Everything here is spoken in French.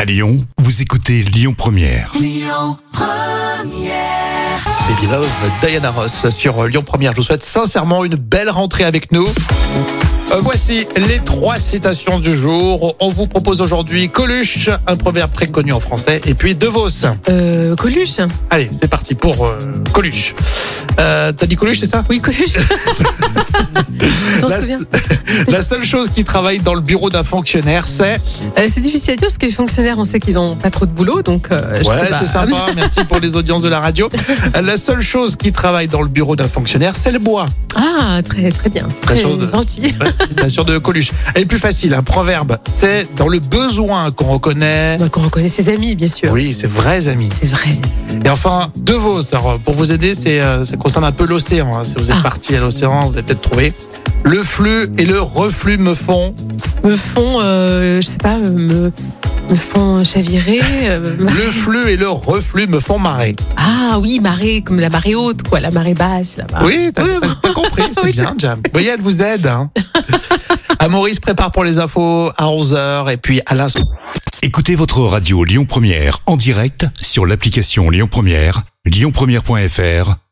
À Lyon, vous écoutez Lyon Première. Baby Love, Diana Ross sur Lyon Première. Je vous souhaite sincèrement une belle rentrée avec nous. Euh, Voici les trois citations du jour. On vous propose aujourd'hui Coluche, un proverbe très connu en français, et puis De Vos. Euh, Coluche Allez, c'est parti pour euh, Coluche. Euh, T'as dit Coluche, c'est ça Oui, Coluche. Je t'en la, souviens. la seule chose qui travaille dans le bureau d'un fonctionnaire, c'est... Euh, c'est difficile à dire parce que les fonctionnaires, on sait qu'ils ont pas trop de boulot, donc euh, je sais Ouais, pas. c'est sympa, merci pour les audiences de la radio. Euh, La seule chose qui travaille dans le bureau d'un fonctionnaire, c'est le bois. Ah, très très bien. Très Très chaude. gentil. Ouais, Citation de Coluche. Elle est plus facile, un proverbe. C'est dans le besoin qu'on reconnaît. Bah, Qu'on reconnaît ses amis, bien sûr. Oui, c'est vrais amis. C'est vrai. Et enfin, De Vos, alors, pour vous aider, c'est, euh, ça concerne un peu l'océan. hein. Si vous êtes Ah. parti à l'océan, vous avez peut-être trouvé. Le flux et le reflux me font. Me font, euh, je sais pas, euh, me, me font chavirer. euh, Le flux et le reflux me font marrer. ah oui, marée, comme la marée haute, quoi, la marée basse. La marée- Oui, t'as Ah. Oui, t'as- bon. t'as compris, c'est Oui, bien, Jam. Vous voyez, elle vous aide. Hein. Amaury se prépare pour les infos à 11h et puis à l'instant. Écoutez votre radio Lyon Première en direct sur l'application Lyon Première, lyonpremière.fr